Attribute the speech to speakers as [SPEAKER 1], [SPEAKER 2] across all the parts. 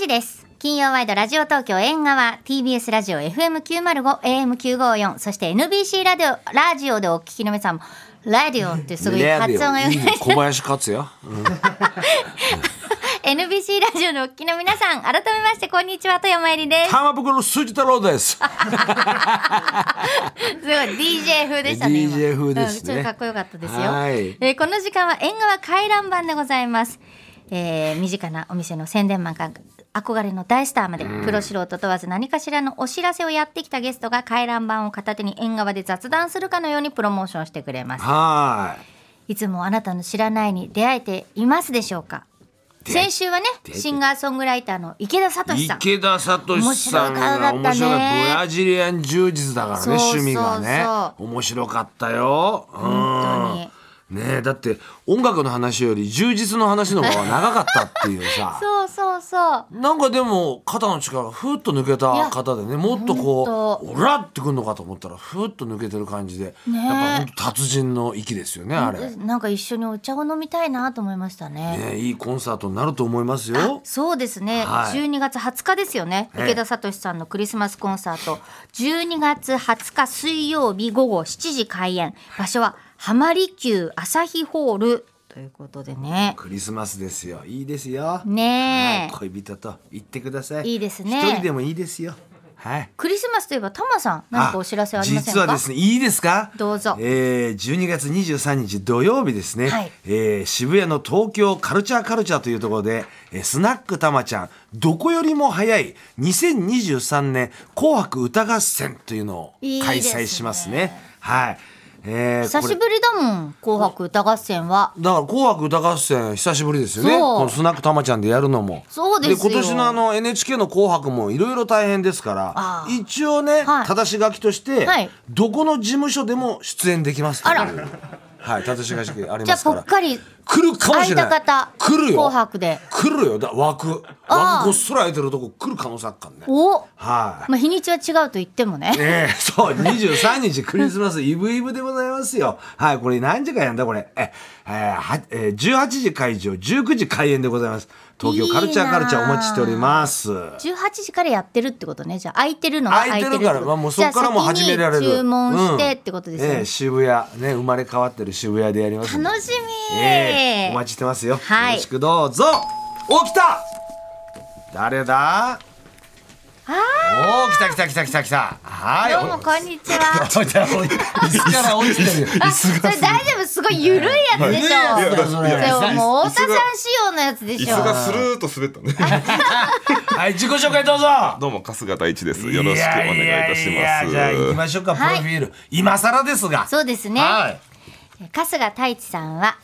[SPEAKER 1] 時です。金曜ワイドラジオ東京縁側、TBS ラジオ FM905、AM954、そして NBC ラデオラジオでお聞きの皆さんも、ラデオってすごい
[SPEAKER 2] レア
[SPEAKER 1] 発
[SPEAKER 2] で
[SPEAKER 1] 音
[SPEAKER 2] よ
[SPEAKER 1] が
[SPEAKER 2] い
[SPEAKER 1] 良
[SPEAKER 2] い
[SPEAKER 1] くない
[SPEAKER 2] 小林克也
[SPEAKER 1] NBC ラジオのお聞きの皆さん、改めまして、こんにちは、富山えりです。
[SPEAKER 2] 浜袋の筋太郎です
[SPEAKER 1] すごい、DJ 風でしたね。今
[SPEAKER 2] DJ 風ですね
[SPEAKER 1] うんちょっとかっこよかったですよ。
[SPEAKER 2] はい
[SPEAKER 1] えーこの時間は縁側回覧版でございます。えー身近なお店の宣伝マンから憧れの大スターまで、プロ素人問わず何かしらのお知らせをやってきたゲストが回覧版を片手に縁側で雑談するかのようにプロモーションしてくれます。
[SPEAKER 2] はい
[SPEAKER 1] つもあなたの知らないに出会えていますでしょうか
[SPEAKER 2] 出会え
[SPEAKER 1] 先週はね、
[SPEAKER 2] 出会えて
[SPEAKER 1] シンガーソングライターの池田聡
[SPEAKER 2] い
[SPEAKER 1] さん。
[SPEAKER 2] 池田聡さんが面
[SPEAKER 1] 面白
[SPEAKER 2] 白か
[SPEAKER 1] かっ
[SPEAKER 2] っ
[SPEAKER 1] たね
[SPEAKER 2] たブラジリアン柔術だからね
[SPEAKER 1] そうそうそう
[SPEAKER 2] 趣味がね面白かったようん
[SPEAKER 1] 本
[SPEAKER 2] ねえだって音楽の話より柔術の話の方が長かったっていう さ
[SPEAKER 1] そうそうそう。
[SPEAKER 2] なんかでも肩の力ふっと抜けた方でねもっとこう
[SPEAKER 1] ほ
[SPEAKER 2] オラってくんのかと思ったらふっと抜けてる感じで、
[SPEAKER 1] ねえ
[SPEAKER 2] やっぱほんと達人の息ですよねあれ、ね
[SPEAKER 1] なんか一緒にお茶を飲みたいなと思いましたね。
[SPEAKER 2] え、いいコンサートになると思いますよ
[SPEAKER 1] そうですね、
[SPEAKER 2] はい
[SPEAKER 1] 12月20日ですよね、
[SPEAKER 2] ええ
[SPEAKER 1] 池田聡さんのクリスマスコンサート12月20日水曜日午後7時開演場所は浜離宮朝日ホールということでね
[SPEAKER 2] クリスマスですよいいですよ
[SPEAKER 1] ねえ
[SPEAKER 2] はい、恋人と行ってください
[SPEAKER 1] いいですね
[SPEAKER 2] 一人でもいいですよはい
[SPEAKER 1] クリスマスといえばタマさん何かお知らせありませんか
[SPEAKER 2] 実はですねいいですか
[SPEAKER 1] どうぞ
[SPEAKER 2] えー、12月23日土曜日ですね、
[SPEAKER 1] はい
[SPEAKER 2] えー渋谷の東京カルチャーカルチャーというところで、えースナックたまちゃんどこよりも早い2023年紅白歌合戦というのを開催しますね
[SPEAKER 1] いいです
[SPEAKER 2] はい、えー
[SPEAKER 1] 久
[SPEAKER 2] こ
[SPEAKER 1] し
[SPEAKER 2] れ
[SPEAKER 1] ぶりだもん「紅白歌合戦は」
[SPEAKER 2] だから「紅白歌合戦」久しぶりですよね
[SPEAKER 1] そう
[SPEAKER 2] このスナックたまちゃんでやるのも
[SPEAKER 1] そうですよ
[SPEAKER 2] 今年のあの NHK の「紅白」もいろいろ大変ですから
[SPEAKER 1] あー
[SPEAKER 2] 一応ね、
[SPEAKER 1] はい
[SPEAKER 2] ただし書きとして、
[SPEAKER 1] はい
[SPEAKER 2] どこの事務所でも出演できますという
[SPEAKER 1] あら
[SPEAKER 2] はいただし書きあり
[SPEAKER 1] じゃ
[SPEAKER 2] ま
[SPEAKER 1] あ
[SPEAKER 2] す
[SPEAKER 1] ぽっ
[SPEAKER 2] から
[SPEAKER 1] かり
[SPEAKER 2] 来るかも
[SPEAKER 1] 空
[SPEAKER 2] し
[SPEAKER 1] い
[SPEAKER 2] れな
[SPEAKER 1] た
[SPEAKER 2] い
[SPEAKER 1] 方「
[SPEAKER 2] 来るよ
[SPEAKER 1] 紅白」で
[SPEAKER 2] 来るよだ枠
[SPEAKER 1] あー
[SPEAKER 2] 枠ごっそり空いてるとこ来る可能性あっかんね
[SPEAKER 1] お、
[SPEAKER 2] はい
[SPEAKER 1] まあ、日にちは違うと言ってもね
[SPEAKER 2] ええそう、23日クリスマスイブイブでございますよ。はい、これ何時からやんだこれ。え、えーはえー18時会場、19時開演でございます。東京カルチャーカルチャーお待ちしております。
[SPEAKER 1] 18時からやってるってことねじゃあ空いてるのは空いてるって
[SPEAKER 2] 空
[SPEAKER 1] こ
[SPEAKER 2] いてるから、
[SPEAKER 1] と
[SPEAKER 2] まあ、もうそこからもう始められる。
[SPEAKER 1] じゃあ先に注文して
[SPEAKER 2] う
[SPEAKER 1] っ
[SPEAKER 2] ん
[SPEAKER 1] てことですよ
[SPEAKER 2] え
[SPEAKER 1] ね
[SPEAKER 2] え、渋谷、ね、生まれ変わってる渋谷でやりますんで。
[SPEAKER 1] 楽しみ、
[SPEAKER 2] ええお待ちしてますよ。
[SPEAKER 1] はい
[SPEAKER 2] よろしくどうぞ。お、来た誰だお、来た来た来た来た来た。はい。
[SPEAKER 1] どうもこんにちは
[SPEAKER 2] おいたおい椅子から落ちてるよ。椅
[SPEAKER 1] それ大丈夫すごい緩いやつでしょ、
[SPEAKER 2] はい緩いやつだ
[SPEAKER 1] そ
[SPEAKER 2] それ
[SPEAKER 1] れはもう太田さん仕様のやつで
[SPEAKER 3] 椅
[SPEAKER 1] し
[SPEAKER 3] 子
[SPEAKER 1] ょ
[SPEAKER 3] がスルーっと滑ったね。
[SPEAKER 2] はい、自己紹介どうぞ。
[SPEAKER 3] どうも春日大地です。よろしくお願いいたし
[SPEAKER 2] やいやいやじゃあ行き
[SPEAKER 3] ま。
[SPEAKER 2] ますしょうか、プロフィール。今更ですが。
[SPEAKER 1] そうですね、
[SPEAKER 2] はい。
[SPEAKER 1] 春日太一さんは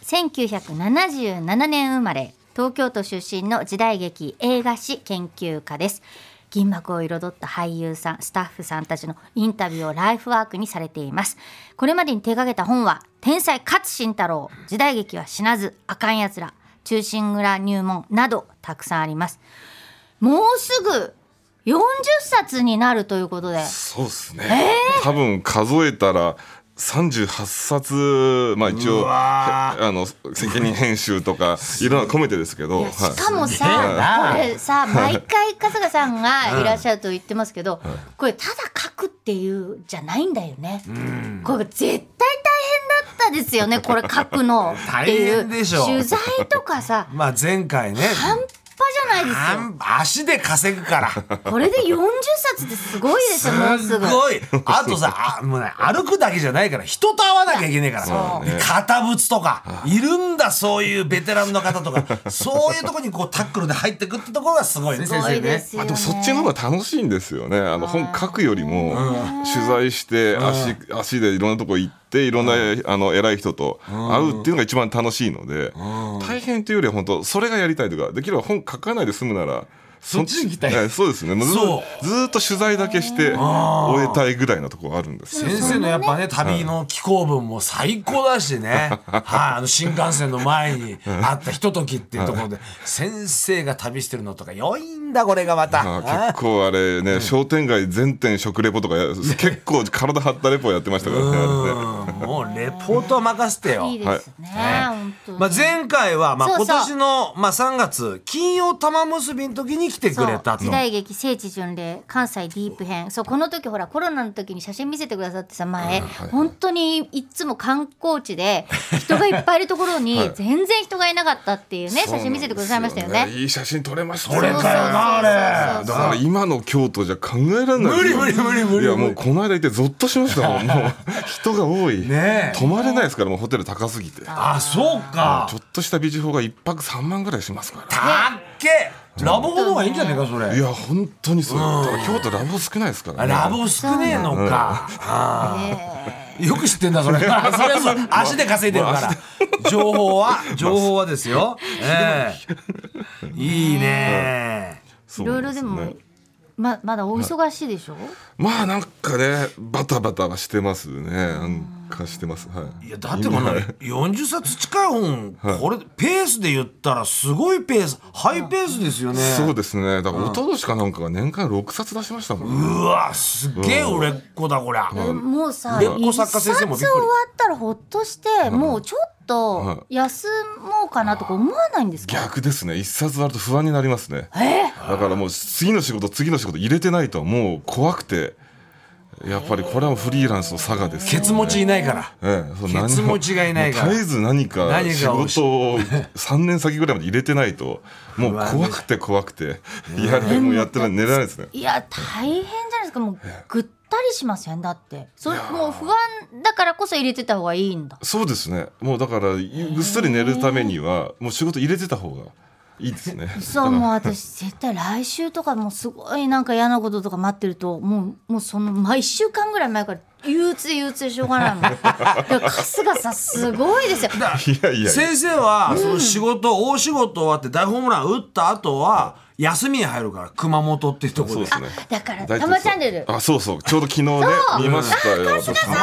[SPEAKER 1] 1977年生まれ東京都出身の時代劇映画史研究家です銀幕を彩った俳優さんスタッフさんたちのインタビューをライフワークにされていますこれまでに手掛けた本は「天才勝慎太郎」「時代劇は死なず」「あかんやつら」「忠臣蔵入門」などたくさんありますもうすぐ40冊になるということで
[SPEAKER 3] そうですね。多分数えたら。38冊、まあ、一
[SPEAKER 2] う
[SPEAKER 3] 応
[SPEAKER 2] わ
[SPEAKER 3] あの責任編集とかいろんな込めてですけど
[SPEAKER 1] いやしかもさ、
[SPEAKER 2] はい
[SPEAKER 1] これさ毎回春日さんがいらっしゃると言ってますけど、これただ書くっていうじゃないんだよね、これ絶対大変だったですよねこれ書くのってい
[SPEAKER 2] 大
[SPEAKER 1] う
[SPEAKER 2] 変でしょ
[SPEAKER 1] 取材とかさ
[SPEAKER 2] まあ前回ね。
[SPEAKER 1] 半端じゃないですよ
[SPEAKER 2] 半足で稼ぐから。
[SPEAKER 1] これで40冊ってすごいですよもうす
[SPEAKER 2] す
[SPEAKER 1] ぐ
[SPEAKER 2] ごい。あとさ、あもうね、歩くだけじゃないから、人と会わなきゃいけないから。
[SPEAKER 1] そう
[SPEAKER 2] で堅物とか、いるんだ、そういうベテランの方と か、そういうところにこうタックルで入ってくってところがすごいね、
[SPEAKER 1] す
[SPEAKER 2] 先
[SPEAKER 1] ごい
[SPEAKER 2] 生
[SPEAKER 1] で
[SPEAKER 2] ね。
[SPEAKER 1] す
[SPEAKER 3] ま
[SPEAKER 1] よ
[SPEAKER 3] あ、
[SPEAKER 1] ね
[SPEAKER 3] でもそっちの方が楽しいんですよね。あの本書くよりも取材して足足でいろんなとこ行っていろんなあの偉い人と会うっていうのが一番楽しいので大変というよりは本当それがやりたいとかできれば本書かないで済むなら
[SPEAKER 2] そっち行きたい
[SPEAKER 3] えそうですね。ず
[SPEAKER 2] そ
[SPEAKER 3] ずーっと取材だけして終えたいぐらいのところあるんですよ。
[SPEAKER 2] 先生のやっぱね旅の寄稿文も最高だしね、はい、あの新幹線の前にあったひとときっていうところで、先生が旅してるのとか良いんだこれがまた
[SPEAKER 3] あー結構あれね、商店街全店食レポとかや結構体張ったレポやってましたからねあ
[SPEAKER 2] うんもうレポートは任せてよ
[SPEAKER 1] いいですね、本当に、
[SPEAKER 2] まあ、前回は、まあ、
[SPEAKER 1] そう
[SPEAKER 2] 今
[SPEAKER 1] そう
[SPEAKER 2] 年の、まあ、3月、金曜玉結びの時に来て
[SPEAKER 1] そ
[SPEAKER 2] くれ
[SPEAKER 1] う
[SPEAKER 2] たと
[SPEAKER 1] 時。代劇聖地巡礼関西ディープ編そうこの時ほらコロナの時に写真見せてくださってさ前、本当にいつも観光地で人がいっぱいいるところに全然人がいなかったっていうね
[SPEAKER 3] れ
[SPEAKER 1] 写真見せてくださいましたよね。
[SPEAKER 3] いい写真撮れました
[SPEAKER 2] 撮れたよな、あ
[SPEAKER 1] そう
[SPEAKER 2] れ。
[SPEAKER 3] だから今の京都じゃ考えられない
[SPEAKER 2] 無理無理無理無理。
[SPEAKER 3] いやもうこの間行ってゾッとしましたもんもう人が多い、
[SPEAKER 2] ねえ
[SPEAKER 3] 泊まれないですからもうホテル高すぎてちょ
[SPEAKER 2] あ、そうか。
[SPEAKER 3] っとしたビジホが一泊3万ぐらいしますか
[SPEAKER 2] たっけ。ラボほどがいいんじゃねえか、そ
[SPEAKER 3] らい
[SPEAKER 2] れ。
[SPEAKER 3] や本当にそうだから京都ラボ少ないですから
[SPEAKER 2] あ
[SPEAKER 3] ね
[SPEAKER 2] ラボ少ねえのか。あーよく知ってんだ、そ れ。それはそう足で稼いでるから。情報は、情報はです よ。ええ。いいね。
[SPEAKER 1] い
[SPEAKER 3] そう
[SPEAKER 1] ろ
[SPEAKER 3] ないん
[SPEAKER 1] ろです
[SPEAKER 3] よね
[SPEAKER 1] もままだお忙しいでしょ、
[SPEAKER 3] まあなんかねバタバタはしてますねなんかしてますはい
[SPEAKER 2] いやだってこの40冊近い本、これペースで言ったらすごいペースハイペースですよね、
[SPEAKER 3] そうですねだからおととしかなんかが年間6冊出しましたもんね
[SPEAKER 2] うわすっげえ売れっ子だこりゃ、
[SPEAKER 1] もうさ
[SPEAKER 2] 連行作家先生もびっくり
[SPEAKER 1] 一冊終わったらほっとしてもうちょっと休もうかなとか思わないんですか、
[SPEAKER 3] 逆ですね一冊あると不安になりますねだからもう次の仕事次の仕事入れてないともう怖くてやっぱりこれはフリーランスの差がです
[SPEAKER 2] ケ
[SPEAKER 3] よ
[SPEAKER 2] ツ持ちいないから、
[SPEAKER 3] ええそう何も
[SPEAKER 2] ケツ持ちがいないから
[SPEAKER 3] もう絶えず何か
[SPEAKER 2] 何
[SPEAKER 3] 仕
[SPEAKER 2] かをし
[SPEAKER 3] 事を3年先ぐらいまで入れてないともう怖くて怖くていやでもやってない寝られないですね
[SPEAKER 1] いや大変じゃないですかもうぐったりしませんだってそれもう不安だからこそ入れてた方がいいんだ
[SPEAKER 3] そうですねもうだからぐっすり寝るためにはもう仕事入れてた方がいいですね
[SPEAKER 1] そう
[SPEAKER 3] だか
[SPEAKER 1] もう私絶対来週とかもうすごいなんか嫌なこととか待ってるともうもうその毎週間ぐらい前から憂鬱で憂鬱でしょうが ないもんだから春日さんすごいですよ
[SPEAKER 2] だから
[SPEAKER 3] いやいやいや
[SPEAKER 2] 先生はその仕事、大仕事終わって大ホームラン打った後は休みに入るから熊本っていうと
[SPEAKER 3] ら
[SPEAKER 2] こ
[SPEAKER 3] そ
[SPEAKER 2] ろ
[SPEAKER 3] う
[SPEAKER 2] で
[SPEAKER 3] ですね
[SPEAKER 1] だから「
[SPEAKER 3] 大体
[SPEAKER 1] たまチャンネル」
[SPEAKER 3] あそうそうちょうど昨日ね見ましたよ
[SPEAKER 2] た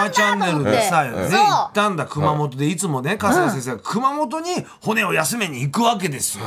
[SPEAKER 2] まチャンネルでさ、
[SPEAKER 1] うん
[SPEAKER 2] ね、
[SPEAKER 1] そう
[SPEAKER 2] 行ったんだ熊本でいつもね春日先生が熊本に骨を休めに行くわけですよ。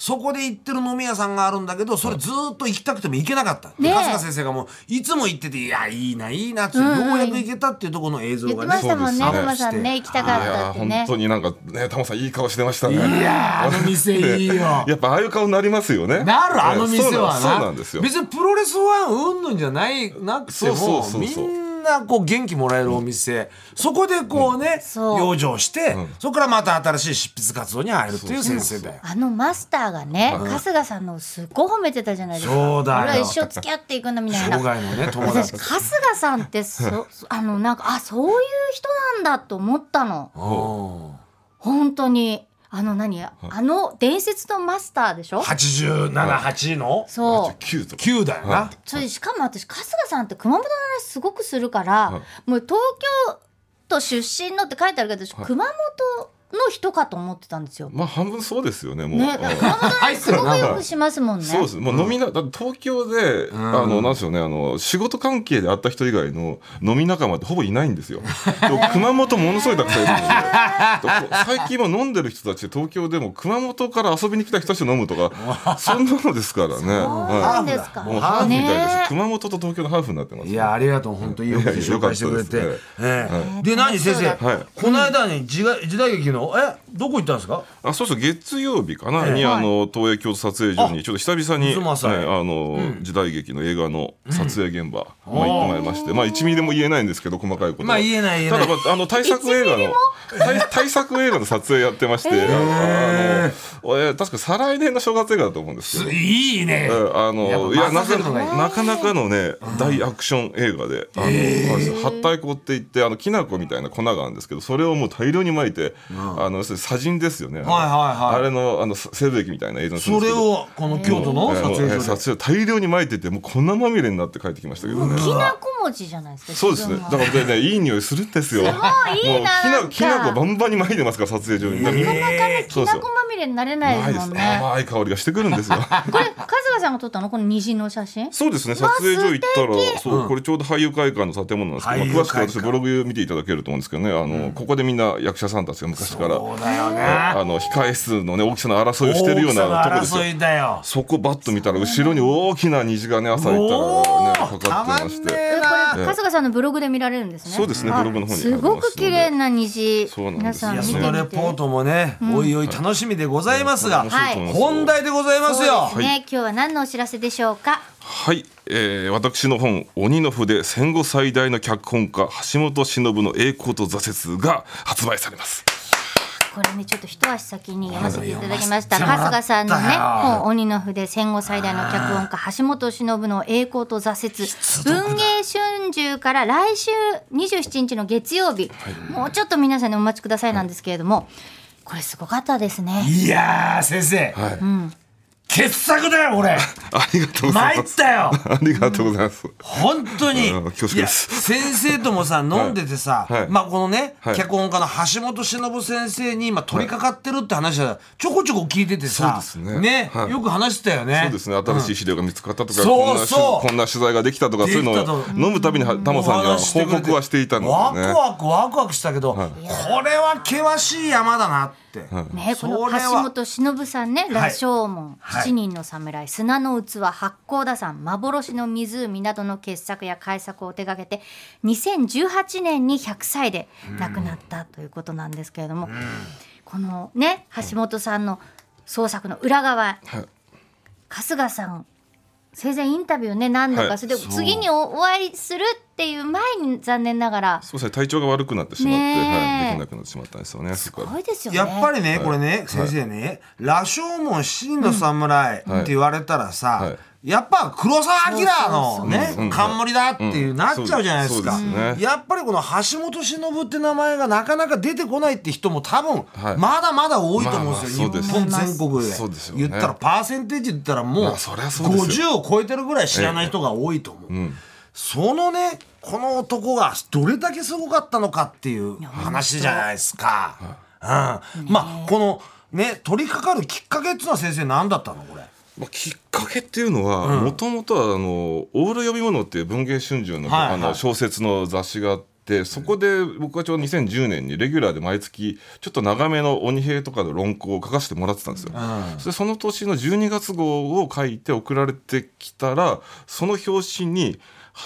[SPEAKER 2] そこで行ってる飲み屋さんがあるんだけどそれずーっと行きたくても行けなかった、
[SPEAKER 1] ねえ
[SPEAKER 2] 春日先生がもういつも行ってて「いやいいないいな」ってよ
[SPEAKER 1] ん
[SPEAKER 2] うやく行けたっていうところの映像
[SPEAKER 1] 言っ
[SPEAKER 2] が
[SPEAKER 1] てま
[SPEAKER 2] ね
[SPEAKER 1] したもんね
[SPEAKER 3] そうですね
[SPEAKER 1] 浜さんね行きたか
[SPEAKER 3] い
[SPEAKER 1] っ
[SPEAKER 3] や
[SPEAKER 1] た
[SPEAKER 3] ー
[SPEAKER 1] ってね
[SPEAKER 3] 本当になんかねタモさんいい顔してましたね
[SPEAKER 2] い やーあの店いいよ
[SPEAKER 3] やっぱああいう顔になりますよね
[SPEAKER 2] なるあの店はな
[SPEAKER 3] そうなんそうなんですよ
[SPEAKER 2] 別にプロレスファンうんぬんじゃないなくても
[SPEAKER 3] そうそうそうそう
[SPEAKER 2] みんなこう元気もらえるお店、そこでこうね、
[SPEAKER 1] そう
[SPEAKER 2] 養生して、そこからまた新しい執筆活動に入るっていう先生だよ。
[SPEAKER 1] あのマスターがね、春日さんのをすっごい褒めてたじゃないですか。
[SPEAKER 2] そうだよ
[SPEAKER 1] 俺は一生付き合っていくんだみたいな。
[SPEAKER 2] 生涯のね友
[SPEAKER 1] 私
[SPEAKER 2] 達
[SPEAKER 1] 春日さんってそそあのなんかあそういう人なんだと思ったの本当にあの何あの伝説のマスターでしょ
[SPEAKER 2] 八十七八の
[SPEAKER 1] そう
[SPEAKER 3] キュート
[SPEAKER 2] 九だよな。
[SPEAKER 1] それでしかも私春日さんって熊本の話すごくするから、もう東京都出身のって書いてあるけど私熊本の人かと思ってたんですよ。
[SPEAKER 3] まあ半分そうですよねもう
[SPEAKER 1] ね、だから熊本の話すごくよくしますもんね。
[SPEAKER 3] そうですもう飲みな、だって東京で、あのなんでしょうねあの仕事関係で会った人以外の飲み仲間ってほぼいないんですよでも熊本ものすごいたくさんいるので だから最近は飲んでる人たち東京でも熊本から遊びに来た人たちと飲むと かそんなのですからね
[SPEAKER 1] そう
[SPEAKER 3] は
[SPEAKER 1] なんですか。
[SPEAKER 3] いもうハーフみたいです、
[SPEAKER 1] ね
[SPEAKER 3] 熊本と東京のハーフになってます
[SPEAKER 2] いやありがとう本当によく紹介してくれて。
[SPEAKER 3] いやよ
[SPEAKER 2] え
[SPEAKER 3] かっ
[SPEAKER 2] えで何先生、
[SPEAKER 3] はい
[SPEAKER 2] この間に時代時代劇のえどこ行ったんですか？
[SPEAKER 3] あそうそう月曜日かな、
[SPEAKER 2] ええ
[SPEAKER 3] に
[SPEAKER 1] はい
[SPEAKER 3] あの東映京都撮影所にちょっと久々に、
[SPEAKER 2] 太秦さん
[SPEAKER 3] はいあの時代劇の映画の撮影現場、まあ、行ってまいりまして、まあ、1ミリでも言えないんですけど細かいことは
[SPEAKER 2] まあ言えない言えない
[SPEAKER 3] ただ、まあ、あの対策映画の対対策映画の撮影やってまして、あのえー確か再来年の正月映画だと思うんですけど。
[SPEAKER 2] いいね
[SPEAKER 3] え。ーあのい
[SPEAKER 2] やっ
[SPEAKER 3] や
[SPEAKER 2] ぱ
[SPEAKER 3] な
[SPEAKER 2] 任せ
[SPEAKER 3] か
[SPEAKER 2] るのがいい
[SPEAKER 3] なかなかのね大アクション映画であの八体粉って言ってあのきな粉みたいな粉があるんですけどそれをもう大量にまいてあの要するに砂塵ですよねあの
[SPEAKER 2] はいはいはい
[SPEAKER 3] あれのあのせ西部劇みたいな映像にするん
[SPEAKER 2] そ
[SPEAKER 3] です
[SPEAKER 2] れ
[SPEAKER 3] けど
[SPEAKER 2] をこの京都の
[SPEAKER 3] えー
[SPEAKER 2] 撮影
[SPEAKER 3] えー
[SPEAKER 2] 所で。
[SPEAKER 3] 撮影大量にまいててもう粉まみれになって帰ってきましたけどね
[SPEAKER 1] きなこ餅じゃないですか。
[SPEAKER 3] そうですね
[SPEAKER 1] 自
[SPEAKER 3] だ
[SPEAKER 1] 分
[SPEAKER 3] か
[SPEAKER 1] は
[SPEAKER 3] らねいい匂いするんですよもう
[SPEAKER 1] いいななんか
[SPEAKER 3] きなきな粉バンバンにまいてますから撮影所に
[SPEAKER 1] なかなかね、
[SPEAKER 3] そ
[SPEAKER 1] き
[SPEAKER 3] うそ
[SPEAKER 1] な
[SPEAKER 3] う
[SPEAKER 1] こまみれになれない
[SPEAKER 3] ない
[SPEAKER 1] です
[SPEAKER 3] で
[SPEAKER 1] も
[SPEAKER 3] す
[SPEAKER 1] んね。
[SPEAKER 3] 甘い香りがしてくるんですよ
[SPEAKER 1] これ、春日川さんが撮ったのこの虹の写真
[SPEAKER 3] そうですね撮影所行ったらそうこれちょうど俳優会館の建物なんですけど、
[SPEAKER 2] 俳優
[SPEAKER 3] まあ詳しく
[SPEAKER 2] 会館
[SPEAKER 3] 私ブログ見ていただけると思うんですけどねあの、ここでみんな役者さんたちが昔から
[SPEAKER 2] そうだよね
[SPEAKER 3] あの控え室のね大きさの争いをしてるようなところ
[SPEAKER 2] 大
[SPEAKER 3] で
[SPEAKER 2] き
[SPEAKER 3] す
[SPEAKER 2] さの
[SPEAKER 3] よ
[SPEAKER 2] 争いだよ
[SPEAKER 3] そこバッと見たら後ろに大きな虹がね朝行
[SPEAKER 2] お
[SPEAKER 3] ったら
[SPEAKER 2] ー
[SPEAKER 3] ねかかってまして
[SPEAKER 2] たまん
[SPEAKER 1] えこれ
[SPEAKER 2] ねえ
[SPEAKER 3] ええ
[SPEAKER 1] 春日さんのブログで見られるんですね
[SPEAKER 3] そうですね
[SPEAKER 1] あ
[SPEAKER 3] ブログの方に
[SPEAKER 1] すごく綺麗な虹
[SPEAKER 3] そうなん
[SPEAKER 1] 皆
[SPEAKER 3] ですよ
[SPEAKER 1] さ
[SPEAKER 2] い
[SPEAKER 1] ん見
[SPEAKER 2] や
[SPEAKER 1] てみ
[SPEAKER 2] そ
[SPEAKER 1] て
[SPEAKER 2] のレポートもね、おいおい楽しみでございますが、
[SPEAKER 3] 面白いと思いますよ
[SPEAKER 2] 本題でございます
[SPEAKER 1] そう
[SPEAKER 2] よ
[SPEAKER 1] ですね、今日は何のお知らせでしょうか
[SPEAKER 3] はい、えー私の本「鬼の筆戦後最大の脚本家橋本忍の栄光と挫折」が発売されます
[SPEAKER 1] これねちょっと一足先に読ませていただきました
[SPEAKER 2] あら読
[SPEAKER 1] 春
[SPEAKER 2] ま
[SPEAKER 1] 日
[SPEAKER 2] せて
[SPEAKER 1] さん
[SPEAKER 2] もら
[SPEAKER 1] の
[SPEAKER 2] った
[SPEAKER 1] ね
[SPEAKER 2] よ
[SPEAKER 1] 本「鬼の筆戦後最大の脚本家橋本忍の栄光と挫折」文芸春秋から来週27日の月曜日、もうちょっと皆さんねお待ちくださいなんですけれども、これすごかったですね。
[SPEAKER 2] いやー先生、
[SPEAKER 3] はい、
[SPEAKER 2] 傑作だよこれ
[SPEAKER 3] ありがとうござい
[SPEAKER 2] 参
[SPEAKER 3] ま
[SPEAKER 2] っ
[SPEAKER 3] す
[SPEAKER 2] たよ
[SPEAKER 3] ありがとうございます、
[SPEAKER 2] 本当に、
[SPEAKER 3] うん恐
[SPEAKER 2] い
[SPEAKER 3] 縮
[SPEAKER 2] や
[SPEAKER 3] です
[SPEAKER 2] 先生ともさ飲んでてさ、
[SPEAKER 3] はい
[SPEAKER 2] まあこのね、
[SPEAKER 3] はい
[SPEAKER 2] 脚本家の橋本忍先生に今取り掛かってるって話はちょこちょこ聞いててさ
[SPEAKER 3] そうですねはい
[SPEAKER 2] よく話してたよね
[SPEAKER 3] そうですね新しい資料が見つかったとか、
[SPEAKER 2] うん
[SPEAKER 3] こんな
[SPEAKER 2] そうそう
[SPEAKER 3] こんな取材ができたとかそういうの
[SPEAKER 2] できた
[SPEAKER 3] を
[SPEAKER 2] と
[SPEAKER 3] 飲むたびにはタモさんには報告はしていたんですよね
[SPEAKER 2] ワクワクワクワクしたけど、
[SPEAKER 3] い
[SPEAKER 2] これは険しい山だなって、
[SPEAKER 1] ね、
[SPEAKER 2] そ
[SPEAKER 1] こ
[SPEAKER 2] れ
[SPEAKER 1] の
[SPEAKER 2] は
[SPEAKER 1] 橋本忍さんね「
[SPEAKER 2] は
[SPEAKER 1] 羅
[SPEAKER 2] い
[SPEAKER 1] 生門」
[SPEAKER 2] はい
[SPEAKER 1] 七人の侍」砂の器」「八甲田山」「幻の湖」などの傑作や改作を手掛けて2018年に100歳で亡くなったということなんですけれども、このね橋本さんの創作の裏側、春日さん生前インタビューね何度
[SPEAKER 3] は
[SPEAKER 1] か
[SPEAKER 3] い
[SPEAKER 1] それで
[SPEAKER 3] そう
[SPEAKER 1] 次におお会いするっていう前に残念ながらす
[SPEAKER 3] そうですね体調が悪くなってしまって、
[SPEAKER 1] ねえ
[SPEAKER 3] はい、できなくなってしまったんですよねす
[SPEAKER 1] ごいですよね。
[SPEAKER 2] やっぱりね、これね、先生ね、羅生門七人の侍って言われたらさ、
[SPEAKER 3] はい
[SPEAKER 2] やっぱ黒澤明のね
[SPEAKER 3] そうそうそう
[SPEAKER 2] 冠だっていう
[SPEAKER 3] うん
[SPEAKER 2] なっちゃうじゃないですか、
[SPEAKER 3] そうですね
[SPEAKER 2] やっぱりこの橋本忍って名前がなかなか出てこないって人も多分
[SPEAKER 3] はい
[SPEAKER 2] まだまだ多いと思うんですよ、
[SPEAKER 3] まあま
[SPEAKER 2] 日
[SPEAKER 3] あそう
[SPEAKER 2] 本
[SPEAKER 3] です
[SPEAKER 2] 全国で
[SPEAKER 3] そうですよね
[SPEAKER 2] 言ったらパーセンテージで言ったらもう
[SPEAKER 3] まあそりゃそうです
[SPEAKER 2] 50を超えてるぐらい知らない人が多いと思う、そのねこの男がどれだけすごかったのかっていう話じゃないですか。うん、まあこのね取り掛かるきっかけっていうのは先生何だったのこれ。
[SPEAKER 3] まあ、きっかけっていうのはもともとはあの「オール呼び物」っていう文藝春秋の,、
[SPEAKER 2] はいはい
[SPEAKER 3] あの小説の雑誌があってそこで僕はちょうど2010年にレギュラーで毎月ちょっと長めの鬼兵とかの論考を書かせてもらってたんですよ。それでその年の12月号を書いて送られてきたらその表紙に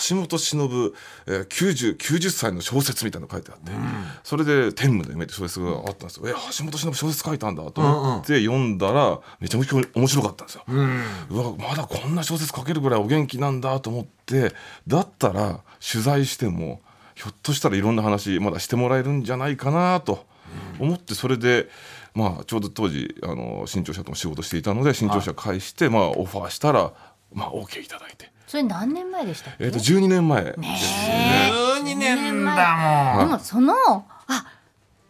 [SPEAKER 3] 橋本忍、えー、90, 90歳の小説みたいなの書いてあって、それで「天武の夢」って小説があったんですよ。え橋本忍小説書いたんだと思って読んだらめちゃめちゃ面白かったんですよ。うわまだこんな小説書けるぐらいお元気なんだと思ってだったら取材してもひょっとしたらいろんな話まだしてもらえるんじゃないかなと思ってそれで、まあ、ちょうど当時あの新潮社とも仕事していたので新潮社返して、まあ、オファーしたら、まあ、OK いただいて、
[SPEAKER 1] それ何年前でしたっけ
[SPEAKER 3] えー、と12年前です、
[SPEAKER 2] 12年だ
[SPEAKER 1] でもそのあ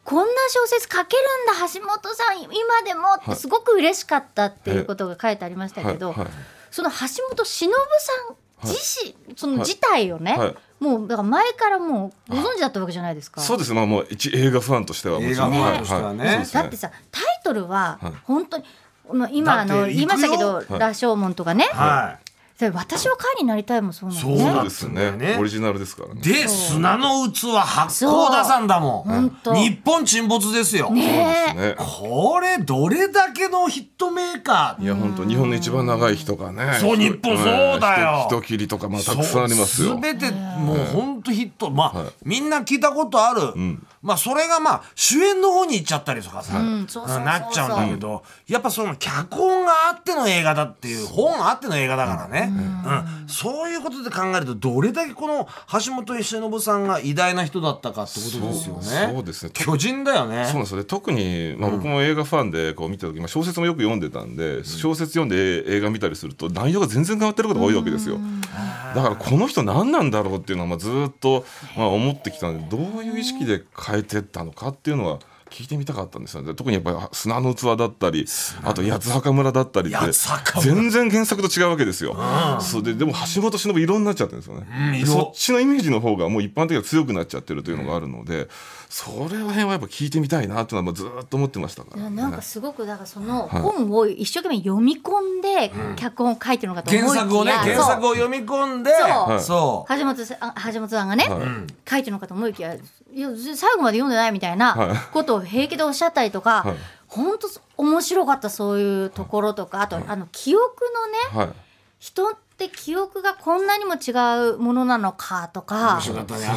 [SPEAKER 1] こんな小説書けるんだ橋本さん今でもってすごく嬉しかったっていうことが書いてありましたけど、
[SPEAKER 3] はいはい
[SPEAKER 1] その橋本忍さん自身、その自体をね、
[SPEAKER 3] はい
[SPEAKER 1] もうだから前からもうご存知だったわけじゃないですか。
[SPEAKER 3] そうですね、まあ、もう一映画ファンとしてはもちろん
[SPEAKER 2] 映画ファン
[SPEAKER 3] い
[SPEAKER 2] としてはね
[SPEAKER 3] いそうです
[SPEAKER 1] だってさタイトルは
[SPEAKER 3] はい
[SPEAKER 1] 本当に、この今あ
[SPEAKER 2] だっ
[SPEAKER 1] の
[SPEAKER 2] て
[SPEAKER 1] 言いましたけど「
[SPEAKER 2] 行
[SPEAKER 3] くよ
[SPEAKER 1] 羅生門」とかね、
[SPEAKER 2] もん。は
[SPEAKER 1] それ私は会になりたいもそうなんです
[SPEAKER 2] そう
[SPEAKER 3] そ
[SPEAKER 2] な
[SPEAKER 3] う
[SPEAKER 1] ね。
[SPEAKER 2] そうなん
[SPEAKER 3] んです
[SPEAKER 2] だよ
[SPEAKER 3] ね
[SPEAKER 2] ね
[SPEAKER 3] オリジナルですからね
[SPEAKER 2] い。で砂の器八甲田さんだも
[SPEAKER 1] そうほん
[SPEAKER 2] ん。
[SPEAKER 1] と
[SPEAKER 2] 日本沈没ですよ。
[SPEAKER 1] ね
[SPEAKER 3] ね
[SPEAKER 2] これどれだけのヒットメーカ
[SPEAKER 3] い
[SPEAKER 2] ー。
[SPEAKER 3] や本当日本の一番長い人がね。
[SPEAKER 2] そう日本そうだよ
[SPEAKER 3] 人切りとかまあたくさんありますよ。
[SPEAKER 2] べてもう本当ヒット、まあ、みんな聞いたことある、まあそれがまあ主演の方に行っちゃったりとかさ、
[SPEAKER 1] んそうそうそうそう
[SPEAKER 2] なっちゃうんだけど、やっぱその脚本があっての映画だっていう本あっての映画だからね、うんそういうことで考えるとどれだけこの橋本忍さんが偉大な人だったかってことですよね。
[SPEAKER 3] そうそうですね
[SPEAKER 2] 巨人だよね。
[SPEAKER 3] そうなんですよね特に、まあ、僕も映画ファンでこう見た時、まあ、小説もよく読んでたんで小説読んで映画見たりすると内容が全然変わってることが多いわけですよだからこの人何なんだろうっていうのはまあずっとまあ思ってきたんでどういう意識で変えてったのかっていうのは聞いてみたかったんですよね特にやっぱり砂の器だったりあと八つ墓村だったりって
[SPEAKER 2] 八つ墓村
[SPEAKER 3] 全然原作と違うわけですよ、そうででも橋本忍いろになっちゃってるんですよね、
[SPEAKER 2] ん色
[SPEAKER 3] そっちのイメージの方がもう一般的には強くなっちゃってるというのがあるので、それら辺はやっぱ聞いてみたいなというのはもうずーっと思ってましたから、
[SPEAKER 1] い
[SPEAKER 3] ね
[SPEAKER 1] やなんかすごくだからその本を一生懸命読み込んで脚本を書いてるのかと思いき
[SPEAKER 2] 原
[SPEAKER 1] や、
[SPEAKER 2] 作をね
[SPEAKER 1] そう
[SPEAKER 2] 原作を読み込んで
[SPEAKER 1] そう
[SPEAKER 2] そ
[SPEAKER 1] 橋本さんあ橋本さんがね、
[SPEAKER 3] はい
[SPEAKER 1] 書いてるのかと思いきやいやず最後まで読んでないみたい
[SPEAKER 3] はい
[SPEAKER 1] なことを平気でおっしゃったりとか、
[SPEAKER 3] はい
[SPEAKER 1] 本当面白かったそういうところとかあと、あの記憶のね
[SPEAKER 3] はい
[SPEAKER 1] 人って記憶がこんなにも違うものなのかとか
[SPEAKER 2] う。よかったね
[SPEAKER 3] そうで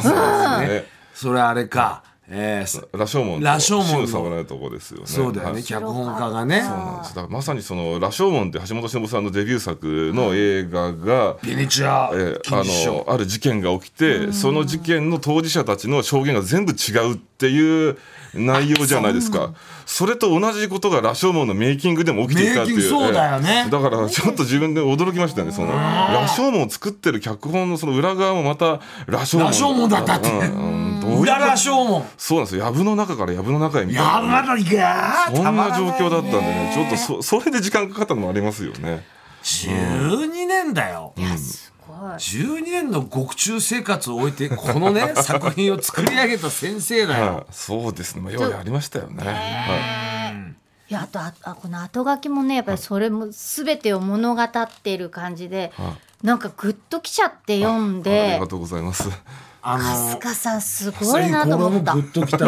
[SPEAKER 3] すね
[SPEAKER 2] それあれか。えーそ
[SPEAKER 3] 羅生門
[SPEAKER 2] 羅生門の
[SPEAKER 3] の触らないとこですよね
[SPEAKER 2] そうだよ
[SPEAKER 3] は
[SPEAKER 2] ね。
[SPEAKER 3] い
[SPEAKER 2] 脚本家がね。
[SPEAKER 3] そうなんですだからまさにその「羅生門」って橋本忍さんのデビュー作の映画が、
[SPEAKER 2] ベネチア
[SPEAKER 3] えー
[SPEAKER 2] 金賞
[SPEAKER 3] あのある事件が起きてその事件の当事者たちの証言が全部違うっていう内容じゃないですかそれと同じことが羅生門のメイキングでも起きていたって
[SPEAKER 2] メイキ
[SPEAKER 3] い
[SPEAKER 2] ング
[SPEAKER 3] う
[SPEAKER 2] そうだよね
[SPEAKER 3] えーだからちょっと自分で驚きましたよねその羅生門を作ってる脚本のその裏側もまた羅生門
[SPEAKER 2] 羅生門だったって
[SPEAKER 3] うんうんどういう
[SPEAKER 2] 裏羅生門。
[SPEAKER 3] そうなんですよ藪の中から藪の中へみたいな
[SPEAKER 2] やばないか。
[SPEAKER 3] こんな状況だったんで
[SPEAKER 2] たまらない
[SPEAKER 3] ね、ちょっとそそれで時間かかったのもありますよね。
[SPEAKER 2] 12年だよ。
[SPEAKER 1] すごい
[SPEAKER 2] 12年の獄中生活を終えてこの ね作品を作り上げた先生だよ。
[SPEAKER 3] はい、そうですね、まあ、ようやりましたよね。はい
[SPEAKER 1] やあとああこの後書きもねやっぱりそれも全てを物語っている感じで、
[SPEAKER 3] は
[SPEAKER 1] なんかグッときちゃって読ん
[SPEAKER 3] い、あり
[SPEAKER 1] で
[SPEAKER 3] がとうございます。
[SPEAKER 2] あ
[SPEAKER 1] 飛
[SPEAKER 2] の
[SPEAKER 1] 鳥さんすごいなと思った。
[SPEAKER 2] グ
[SPEAKER 1] ね
[SPEAKER 2] ッときた。
[SPEAKER 1] こ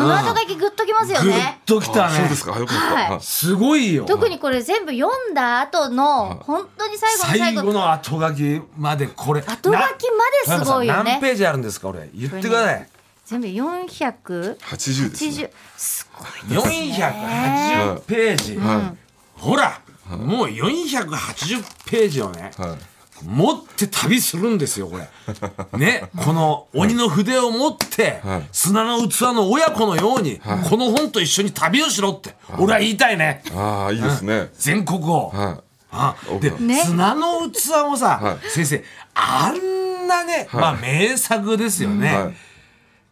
[SPEAKER 1] の後書きグッときますよ
[SPEAKER 2] グ
[SPEAKER 1] ね
[SPEAKER 2] ッ。ときた
[SPEAKER 3] あそう
[SPEAKER 2] ね
[SPEAKER 3] で。すか、あよかっ
[SPEAKER 1] はい
[SPEAKER 3] た。はい
[SPEAKER 2] すごいよ。
[SPEAKER 1] 特にこれ全部読んだ後の本当に最後の
[SPEAKER 2] 最
[SPEAKER 1] 最後
[SPEAKER 2] 後の後書きまでこれ。
[SPEAKER 1] 後書きまですごいよ
[SPEAKER 2] な何ペ
[SPEAKER 1] ね。
[SPEAKER 2] ージあるんですか俺。言ってください。
[SPEAKER 1] 全部480
[SPEAKER 3] 八十です、ね。
[SPEAKER 1] すごいですね。
[SPEAKER 2] 480ページ、
[SPEAKER 3] は
[SPEAKER 2] ほら、もう480ページをね、
[SPEAKER 3] い、はい、
[SPEAKER 2] 持って旅するんですよこ れねこの鬼の筆を持って、
[SPEAKER 3] はい
[SPEAKER 2] 砂の器の親子のように、この本と一緒に旅をしろって、俺は言いたいね
[SPEAKER 3] ああ、いいですね。
[SPEAKER 2] 全国を、
[SPEAKER 3] は
[SPEAKER 2] あで、
[SPEAKER 1] ね
[SPEAKER 2] 砂の器もさ、
[SPEAKER 3] はい
[SPEAKER 2] 先生あんなね、まあ名作ですよね、
[SPEAKER 3] い、はい、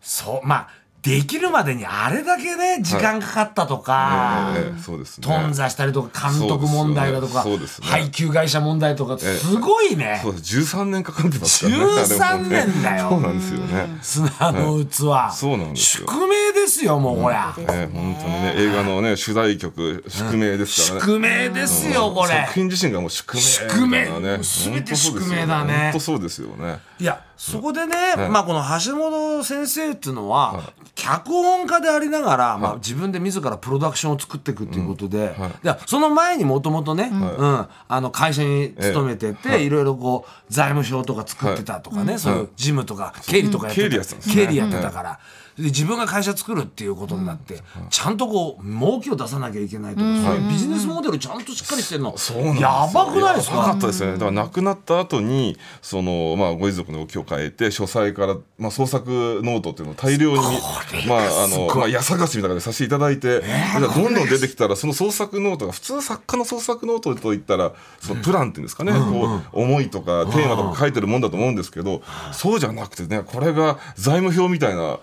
[SPEAKER 2] そうまあできるまでにあれだけね時間かかったとか、
[SPEAKER 3] ええええそうですね。
[SPEAKER 2] 頓挫したりとか監督問題だとか、
[SPEAKER 3] そうですよねそうですね
[SPEAKER 2] 配給会社問題とか
[SPEAKER 3] え
[SPEAKER 2] すごいね、
[SPEAKER 3] そうです、十三年かかってますからね。
[SPEAKER 2] 13年だよ
[SPEAKER 3] あれもねそうなんですよね。
[SPEAKER 2] 砂の器、
[SPEAKER 3] そうなんですよ
[SPEAKER 2] 宿命ですよもうこりゃ、
[SPEAKER 3] ええ本当にね、映画のね、主題曲、宿命ですからね。
[SPEAKER 2] 宿命ですよこれ
[SPEAKER 3] 作、品自身がもう宿命
[SPEAKER 2] 宿命
[SPEAKER 3] みたいなね
[SPEAKER 2] 全て宿命だね
[SPEAKER 3] 本当そうですよね
[SPEAKER 2] いやそこでね、まあこの橋本先生っていうのは、脚本家でありながら、まあ、自分で自らプロダクションを作っていくっていうことで、いやその前にもともとね、うんあの会社に勤めてて、い、ろいろこう財務省とか作ってたとかね、そういう事務とか経理とかやって
[SPEAKER 3] 経理やってたんですね
[SPEAKER 2] 経理やってたから、で自分が会社作るっていうことになって、ちゃんとこう儲けを出さなきゃいけないとか、そういうビジネスモデルちゃんとしっかりしてるの、
[SPEAKER 3] そうなんですよ
[SPEAKER 2] やばくないです
[SPEAKER 3] やば
[SPEAKER 2] か
[SPEAKER 3] かったですよねだから亡くなった後にそのまあご遺族の許可を得て書斎からまあ創作ノートっていうのを大量にまああのまあ家探しみたいなのでさせていただいてだからどんどん出てきたらその創作ノートが普通作家の創作ノートといったらそのプランっていうんですかねこう思いとかテーマとか書いてるもんだと思うんですけどそうじゃなくてねこれが財務表みたいな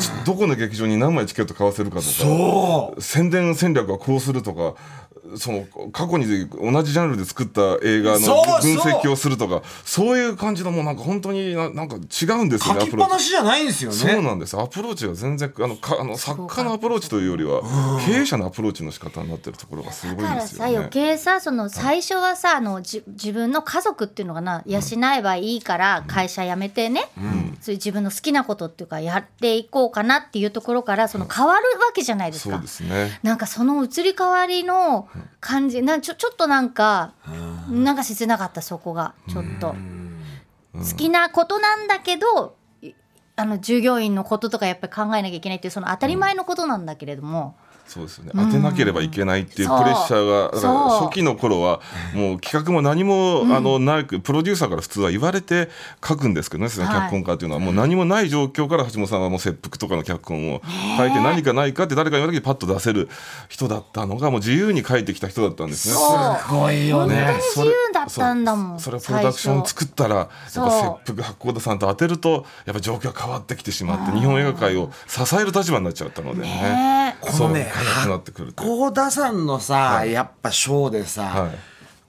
[SPEAKER 3] ちどこの劇場に何枚チケット買わせるかとか
[SPEAKER 2] そう
[SPEAKER 3] 宣伝戦略はこうするとかその過去に同じジャンルで作った映画の
[SPEAKER 2] そうそう
[SPEAKER 3] 分析をするとかそういう感じのもうなんか本当にななんか違うんです
[SPEAKER 2] 書
[SPEAKER 3] よね
[SPEAKER 2] きっぱな
[SPEAKER 3] チ。
[SPEAKER 2] しじゃないんですよね
[SPEAKER 3] そうなんですアプローチが全然あのかあの作家のアプローチというよりは経営者のアプローチの仕方になってるところがすごい
[SPEAKER 1] だか
[SPEAKER 3] で
[SPEAKER 1] ら
[SPEAKER 3] す
[SPEAKER 1] さ
[SPEAKER 3] よね
[SPEAKER 1] 余。計さその最初はさあのじ自分の家族っていうのかな養えばいいから会社辞めてね、そういう自分の好きなことっていうかやっていこうかなっていうところからその変わるわけじゃないです
[SPEAKER 3] そう
[SPEAKER 1] か
[SPEAKER 3] で。すね。
[SPEAKER 1] なんかその移り変わりの感じなんちょちょっとなんかなんか切なかったそこがちょっと好きなことなんだけどいあの従業員のこととかやっぱり考えなきゃいけないっていうその当たり前のことなんだけれども、
[SPEAKER 3] そうですよね。当てなければいけないっていうプレッシャ
[SPEAKER 1] そう
[SPEAKER 3] ーが、だから
[SPEAKER 1] そう
[SPEAKER 3] 初期の頃はもう企画も何も、あのなくプロデューサーから普通は言われて書くんですけどね、その
[SPEAKER 1] はい
[SPEAKER 3] 脚本家っていうのはもう何もない状況から橋本さんはもう切腹とかの脚本を書いて何かないかって誰かに言われた時にパッと出せる人だったのがもう自由に書いてきた人だったんですね。
[SPEAKER 1] そう
[SPEAKER 2] すごいよ
[SPEAKER 1] 本当に
[SPEAKER 2] ね。
[SPEAKER 1] 自由だだったんだもん
[SPEAKER 3] それをプロダクション作ったらやっぱ
[SPEAKER 1] そう
[SPEAKER 3] 切腹八甲田さんと当てるとやっぱ状況が変わってきてしまって日本映画界を支える立場になっちゃったのでね
[SPEAKER 1] ね
[SPEAKER 2] このね
[SPEAKER 3] そうかなくなってくると
[SPEAKER 2] 八甲田さんのさ、やっぱショーでさ、
[SPEAKER 3] はい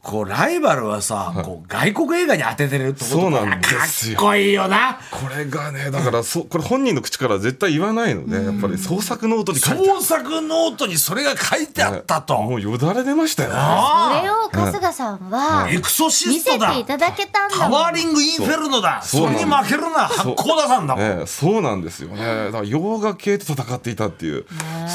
[SPEAKER 2] こうライバルはさ、こう外国映画に当ててるってこと
[SPEAKER 3] そう
[SPEAKER 2] が
[SPEAKER 3] なんですよ
[SPEAKER 2] かっこいいよな
[SPEAKER 3] これがねだからそこれ本人の口から絶対言わないのでやっぱり創作ノートに書いて
[SPEAKER 2] 創作ノートにそれが書いてあったと、
[SPEAKER 3] もうよだれ出ましたよね
[SPEAKER 1] そ
[SPEAKER 2] あ
[SPEAKER 1] れを春日さんは
[SPEAKER 2] あエクソシ
[SPEAKER 1] 見
[SPEAKER 2] スト
[SPEAKER 1] せ
[SPEAKER 2] だ
[SPEAKER 1] ていただけたんだ
[SPEAKER 2] タ
[SPEAKER 1] もん
[SPEAKER 2] ワーリングインフェルノだ
[SPEAKER 3] そう
[SPEAKER 2] それに負けるな八
[SPEAKER 3] そう
[SPEAKER 2] 甲田さんだもん、
[SPEAKER 3] ええそうなんですよねだから洋画系と戦っていたっていう